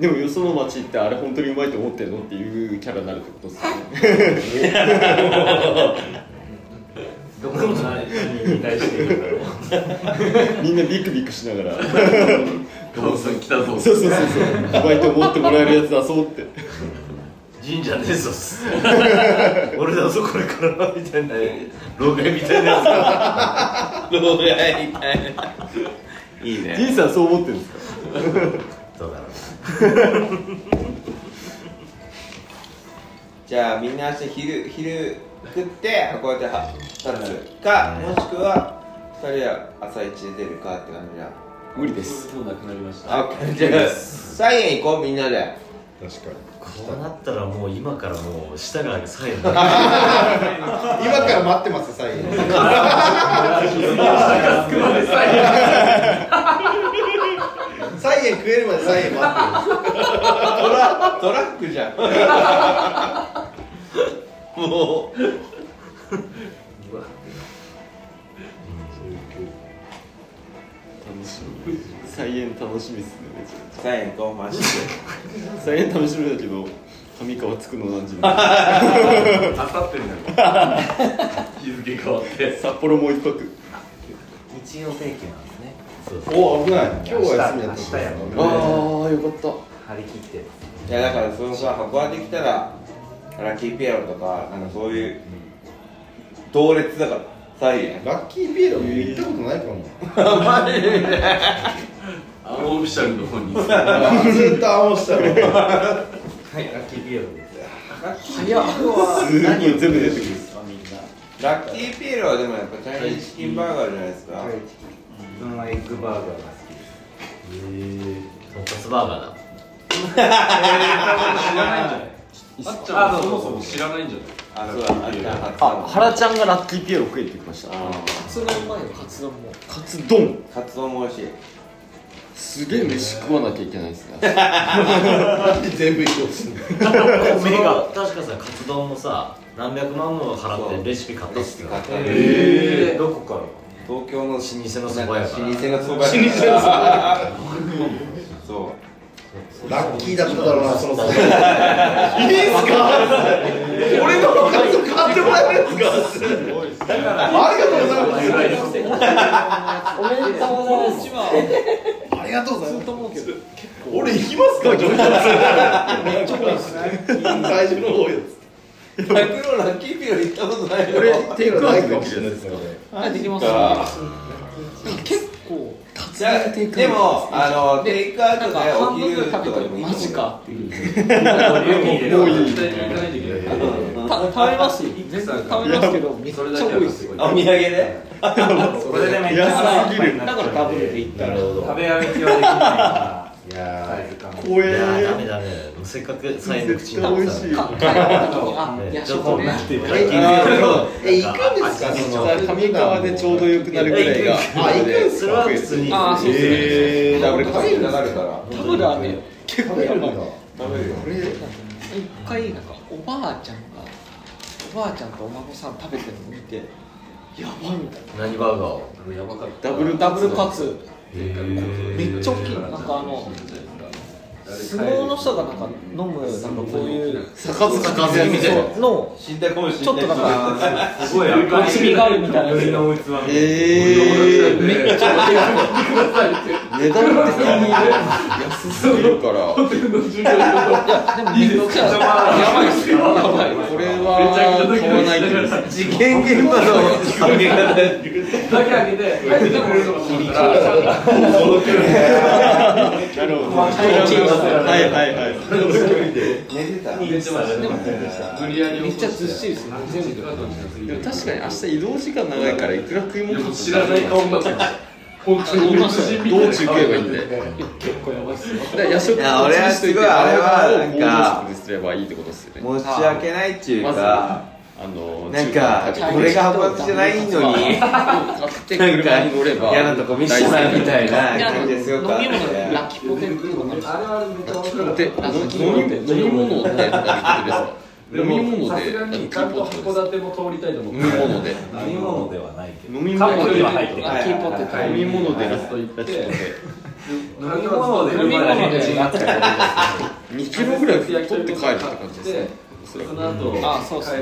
Speaker 4: でもよその町ってあれ本当にうまいと思ってるのっていうキャラになるってことですよね
Speaker 1: どこの何に対して言うんだろう。
Speaker 4: みんなビクビクしながら
Speaker 1: カオさん来たぞ
Speaker 4: そうそうそうそううまいと思ってもらえるやつだそうって
Speaker 1: 神社です 俺だぞこれからみたいな老害みたいなやつ
Speaker 6: 老害みたいないいね
Speaker 4: じいさんそう思ってるんですか
Speaker 1: どうだろう
Speaker 6: じゃあみんな明日昼昼食ってこうやっては立つかもしくは2人は朝一で出るかって感じだ
Speaker 4: 無理です
Speaker 12: もうなくなりまし
Speaker 6: あじゃあサイン行こうみんなで
Speaker 1: 確かにこうなったらもう今からもう下が 左右に
Speaker 25: 今から待ってますサインサイン食えるまでサイン待ってる
Speaker 6: トラトラックじゃんもう
Speaker 4: 楽しみ再演楽しみですねめちゃくちゃ
Speaker 6: 再演こうマジで
Speaker 4: 再演楽しみだけど上川つくの何時に
Speaker 12: あさってにな
Speaker 4: 日付変わって札幌もう一泊
Speaker 7: 日曜定休なんですね
Speaker 25: お危ない今日は休みだったんです
Speaker 7: 明日やもんね
Speaker 4: ああよかった
Speaker 7: 張り切って
Speaker 6: いやだからそのさ運ばれてきたらラッキーピエロとかなんかそういう同列だからサイン
Speaker 25: ラッキーピエロ行ったことないかも
Speaker 6: マジで
Speaker 12: アンオフィシャルの方に
Speaker 25: ずっと青したの
Speaker 7: はいラッキービエロです
Speaker 6: ラッキ
Speaker 7: ーピエロは何を全部出てくるんですかみん
Speaker 6: なラッキーピエロはでもやっぱチャイニーズチキンバーガーじゃないですか
Speaker 7: 自分はエッグバーガーが好きです
Speaker 1: とんかつバーガーだ
Speaker 12: 知らないんじゃないあっちゃんはそもそも知らないんじゃない
Speaker 26: あ原ちゃんがラッキーピエロ食いってきました
Speaker 7: ツ丼うまいよカツ丼も
Speaker 26: カツ丼
Speaker 6: カツ丼も美味しい
Speaker 26: すげえ飯食わなきゃいけないですね
Speaker 1: 全部移動する米が確かさカツ丼もさ何百万も払ってレシピ買ったっすよ
Speaker 6: 買った
Speaker 1: へえどこから
Speaker 6: 東京の老舗の
Speaker 1: 蕎麦屋から
Speaker 6: 老舗の蕎麦
Speaker 1: 老舗の蕎
Speaker 6: 麦屋そう
Speaker 4: ラッキーだっただろうなその蕎麦
Speaker 6: いいっすか
Speaker 4: 俺のカツ丼買ってもらえるんですかありがとうございます
Speaker 7: おめでとうございます
Speaker 4: ありがとうございます
Speaker 7: 俺
Speaker 4: 行きますかジョイカ
Speaker 7: めっちゃ怖いっす
Speaker 4: 最初の方よ
Speaker 6: ラクロラッキーピロ行ったことないよ
Speaker 4: 俺テイクアウトできるんですよ
Speaker 7: あできます結構
Speaker 6: じゃあでもあのテイクアウトでお昼とかでもいい
Speaker 7: マジか
Speaker 6: もういい
Speaker 7: た食べますよ全然食べますけどめっちゃ多いっすよ
Speaker 6: お土産で
Speaker 7: それでめっちゃ安すぎるだからダブルでいったら食べ歩きはでき
Speaker 1: いやー
Speaker 7: 怖え
Speaker 1: いやーダメダメもうせっかくサインの口になった
Speaker 7: 絶対美味しいあいや
Speaker 1: ちょっと
Speaker 7: ね
Speaker 1: なってる
Speaker 7: え
Speaker 4: え行くんですかその上川でちょうどよくなるぐらい が
Speaker 1: あ行くそれは普通に
Speaker 7: あそうっすね
Speaker 4: えーダブルカ
Speaker 7: 食
Speaker 4: ツ
Speaker 7: べるんだ
Speaker 6: から
Speaker 7: 食べるあね結構やばい
Speaker 6: 食べるよ
Speaker 7: 一回なんかおばあちゃんがおばあちゃんとお孫さん食べてるの見てやばいみたい
Speaker 1: 何バーガーを
Speaker 12: やばかった
Speaker 7: なダブルダブルカツめ
Speaker 12: め
Speaker 7: っちゃ大きいなんかあの相撲の人がなんか飲むなんかこういう
Speaker 6: 杯みたいな
Speaker 7: の
Speaker 6: 死んだかもしれ
Speaker 7: ちょ
Speaker 6: な
Speaker 7: っ
Speaker 6: い
Speaker 7: となんか
Speaker 6: すごい
Speaker 7: 厚みがあるみたいな
Speaker 6: 俺の器
Speaker 7: えーめっちゃ
Speaker 6: 値段的に
Speaker 4: 安すぎるから
Speaker 7: めっちゃやばいっすよやばい
Speaker 4: これは買わないと事件現場の
Speaker 12: だけあげて入ってくれるのかと思ったら
Speaker 4: なるほど
Speaker 12: はい
Speaker 4: はいはい
Speaker 6: 寝てた
Speaker 12: 寝てました無理やり
Speaker 7: めっちゃずっしりですね全部
Speaker 4: でも確かに明日移動時間長いからいくら食い物
Speaker 12: 知らない顔になってました本当に
Speaker 4: どう中継がいいんで
Speaker 7: 結構やばいっすよ
Speaker 4: だから夜食
Speaker 6: いや俺はすごいあれはなんか
Speaker 4: にすればいいってことですよね
Speaker 6: 申し訳ないっていう
Speaker 4: まず
Speaker 6: か
Speaker 4: あの
Speaker 6: なんかこれが派閥じゃないの
Speaker 4: 買
Speaker 6: に
Speaker 4: って車に乗れば
Speaker 6: 嫌なとこ見せてないみたいな感じがすごくあって
Speaker 7: ラキポテンとかあれはめっちゃ面白
Speaker 4: で飲み飲み物って何か
Speaker 12: で
Speaker 4: 飲
Speaker 12: も
Speaker 4: み物
Speaker 12: さ
Speaker 4: です
Speaker 12: が
Speaker 4: 飲
Speaker 12: にちゃんと函館も通りたいと思って
Speaker 4: み物で
Speaker 5: 飲み物ではないけど
Speaker 4: 飲み物ではないけど
Speaker 5: ラッキーポテト
Speaker 4: 飲み物でラ
Speaker 5: はい
Speaker 4: スト行って
Speaker 12: 飲み物で飲み物で
Speaker 4: 2キロぐらい取って帰るって感じですね
Speaker 12: その後帰り道またラ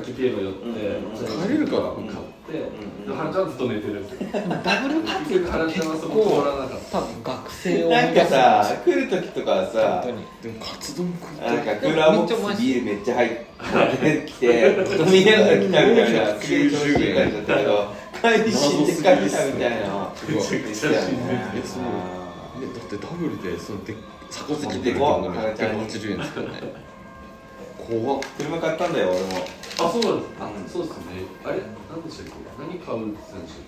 Speaker 12: ッキーピエロ寄って
Speaker 4: 帰れるかな
Speaker 12: 買って原ちゃんずっと寝てるんですよ
Speaker 7: ダブルパティ
Speaker 12: 原ちゃんはそこ通らなかった
Speaker 7: 多分学生を
Speaker 6: なんかさ来る時とかさ
Speaker 4: でもカツ丼食
Speaker 6: なんかクーラーボックスビールめっちゃ入ってきて飲み屋が来たみたいなすげえ調子いい感じだったけど帰り死んで帰ったみたいな
Speaker 4: めちゃくちゃ死んでるえそうねだってダブルでそので坂崎でかのが680円ですからね怖っ
Speaker 6: 車買ったんだよ俺も
Speaker 12: あ、そうなんです。あ、そうですね。あれ、何でしたっけ。何買うって言ってたんでしたっ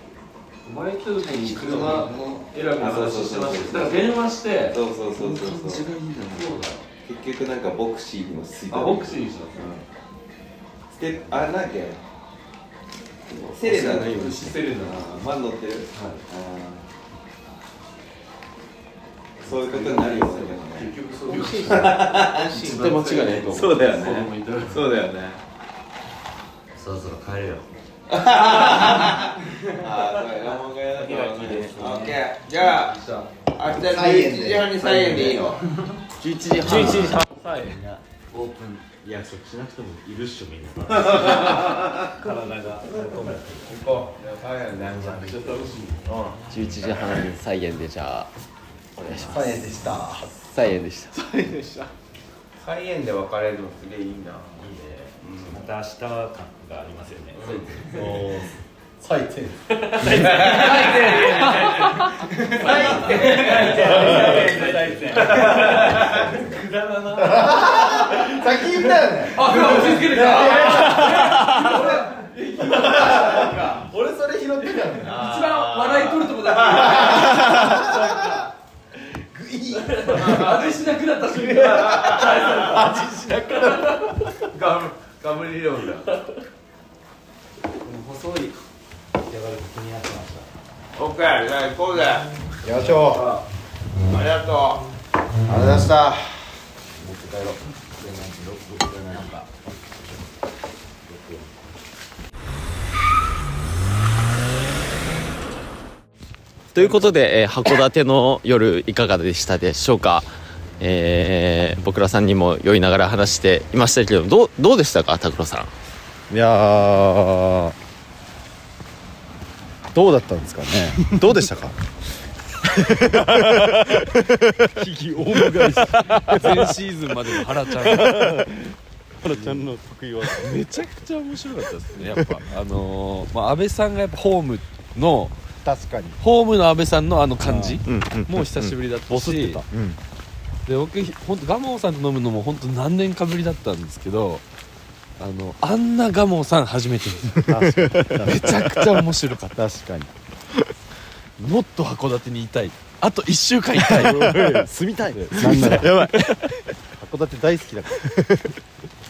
Speaker 12: け。前来た時に車選ぶ話してましたけど。だから電話して。
Speaker 6: そうそうそうそうそう
Speaker 4: そう
Speaker 6: だ結局なんかボクシーにもついて
Speaker 12: あ、ボクシーにした。
Speaker 6: ステあれなんだっけセレナの
Speaker 12: セレナ
Speaker 6: まだ乗ってる、あーそういうことになるよね
Speaker 12: 結局
Speaker 6: そう
Speaker 12: いうこと
Speaker 6: 絶
Speaker 4: 絶対間違いないと思う
Speaker 6: そうだよねそうだよね
Speaker 1: そろそろ帰れよ
Speaker 6: あーそうやラモンがやらなきゃわかんないねオッケーじゃあ明日の11時半にサイエンでいいよ
Speaker 1: 11時
Speaker 6: 11時半
Speaker 1: みんなオープン約束しなくてもいるっしょみんな
Speaker 5: 体が
Speaker 6: 行こうサイエンでちょっと楽し
Speaker 26: 11時半再演でじゃあお願いします
Speaker 6: サイエンでした
Speaker 26: 再演でした
Speaker 6: サイエンでしたサイエンで別れるのすげえいいない
Speaker 5: いねまた明日感がありますよね
Speaker 6: うん
Speaker 5: 最低
Speaker 6: 最低
Speaker 5: くだらな
Speaker 27: 先言ったよね
Speaker 5: あ
Speaker 27: 今押し付けてきた
Speaker 5: 俺それ拾ってたんだよ
Speaker 27: 一番笑い取るとこだ
Speaker 28: 味しなかったガムガムリレオンだ
Speaker 29: 細いじゃがりこ気になってました
Speaker 6: オッケーじゃあ行こうぜあ
Speaker 30: きましょ
Speaker 6: りがとう
Speaker 30: うありがとうございました
Speaker 29: 持って帰ろう6じゃないか
Speaker 4: ということで、えー函館の夜いかがでしたでしょうか、えー僕らさんにも酔いながら話していましたけどどうどうでしたか拓郎さ
Speaker 5: いやーどうだったんですかねどうでしたか
Speaker 4: 危機大曲がり前シーズンまでの原ちゃん
Speaker 5: 原ちゃんの得意技
Speaker 12: めちゃくちゃ面白かったですねやっぱあのーまあ、安倍さんがやっぱホームの
Speaker 5: 確かに
Speaker 12: ホームの安倍さんのあの感じもう久しぶりだったし
Speaker 5: ボスってたうん
Speaker 12: で僕本当ガモさんと飲むのも本当何年かぶりだったんですけどあのあんなガモさん初めて見ためちゃくちゃ面白かった
Speaker 5: 確かに
Speaker 12: もっと函館にいたいあと1週間いたい
Speaker 5: 住みたい
Speaker 12: 住みたい
Speaker 5: やばい函館大好きだか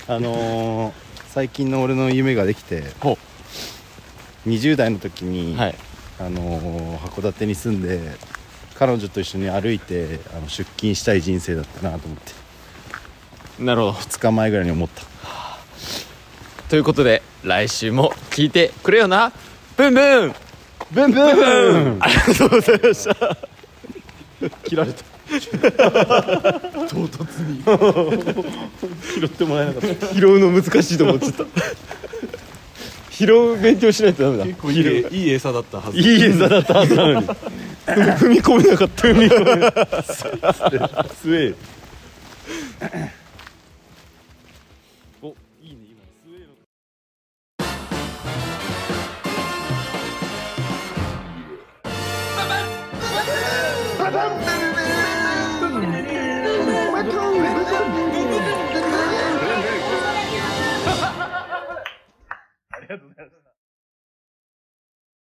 Speaker 5: らあのー最近の俺の夢ができて20代の時に、あのー函館に住んで彼女と一緒に歩いてあの出勤したい人生だったなと思って
Speaker 4: なるほど
Speaker 5: 2日前ぐらいに思った
Speaker 4: んということで来週も聞いてくれよなブンブン
Speaker 5: ブンブンブン
Speaker 4: ありがとうございました
Speaker 5: 切られた
Speaker 4: 唐突に
Speaker 5: 拾ってもらえなかった
Speaker 4: 拾うの難しいと思っちゃった拾う勉強しないとダメだ
Speaker 12: 結構いいいい餌だったはず
Speaker 4: いい餌だったはずなのに 踏み込めなかった踏み込めなかった
Speaker 5: スウェー
Speaker 31: ババン